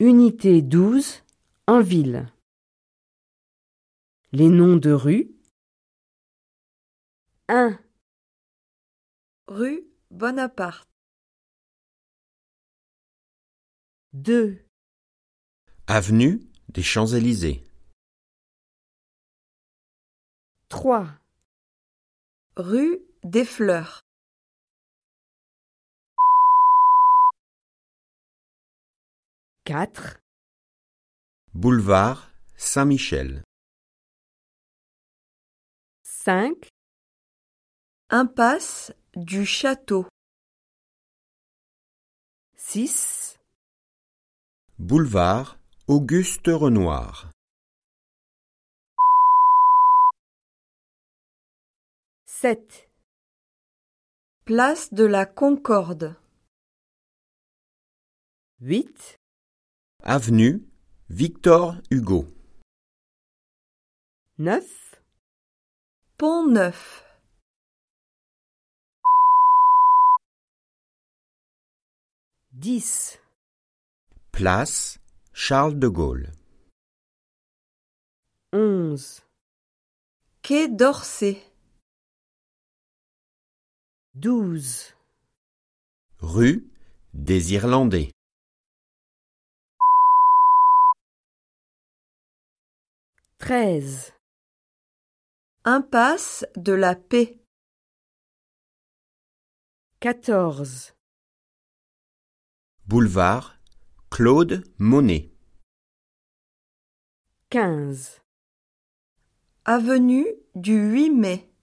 Unité 12, en ville. Les noms de rues 1, Rue Bonaparte, 2, Avenue des Champs-Élysées. 3, rue des Fleurs, 4, Boulevard Saint-Michel. 5, impasse du Château, 6, Boulevard Auguste Renoir. 7, place de la Concorde, 8, Avenue Victor Hugo. 9, Pont Neuf, dix, Place Charles de Gaulle. onze, Quai d'Orsay, douze, Rue des Irlandais. treize, impasse de la Paix, quatorze, Boulevard Claude Monet. quinze. avenue du 8 mai.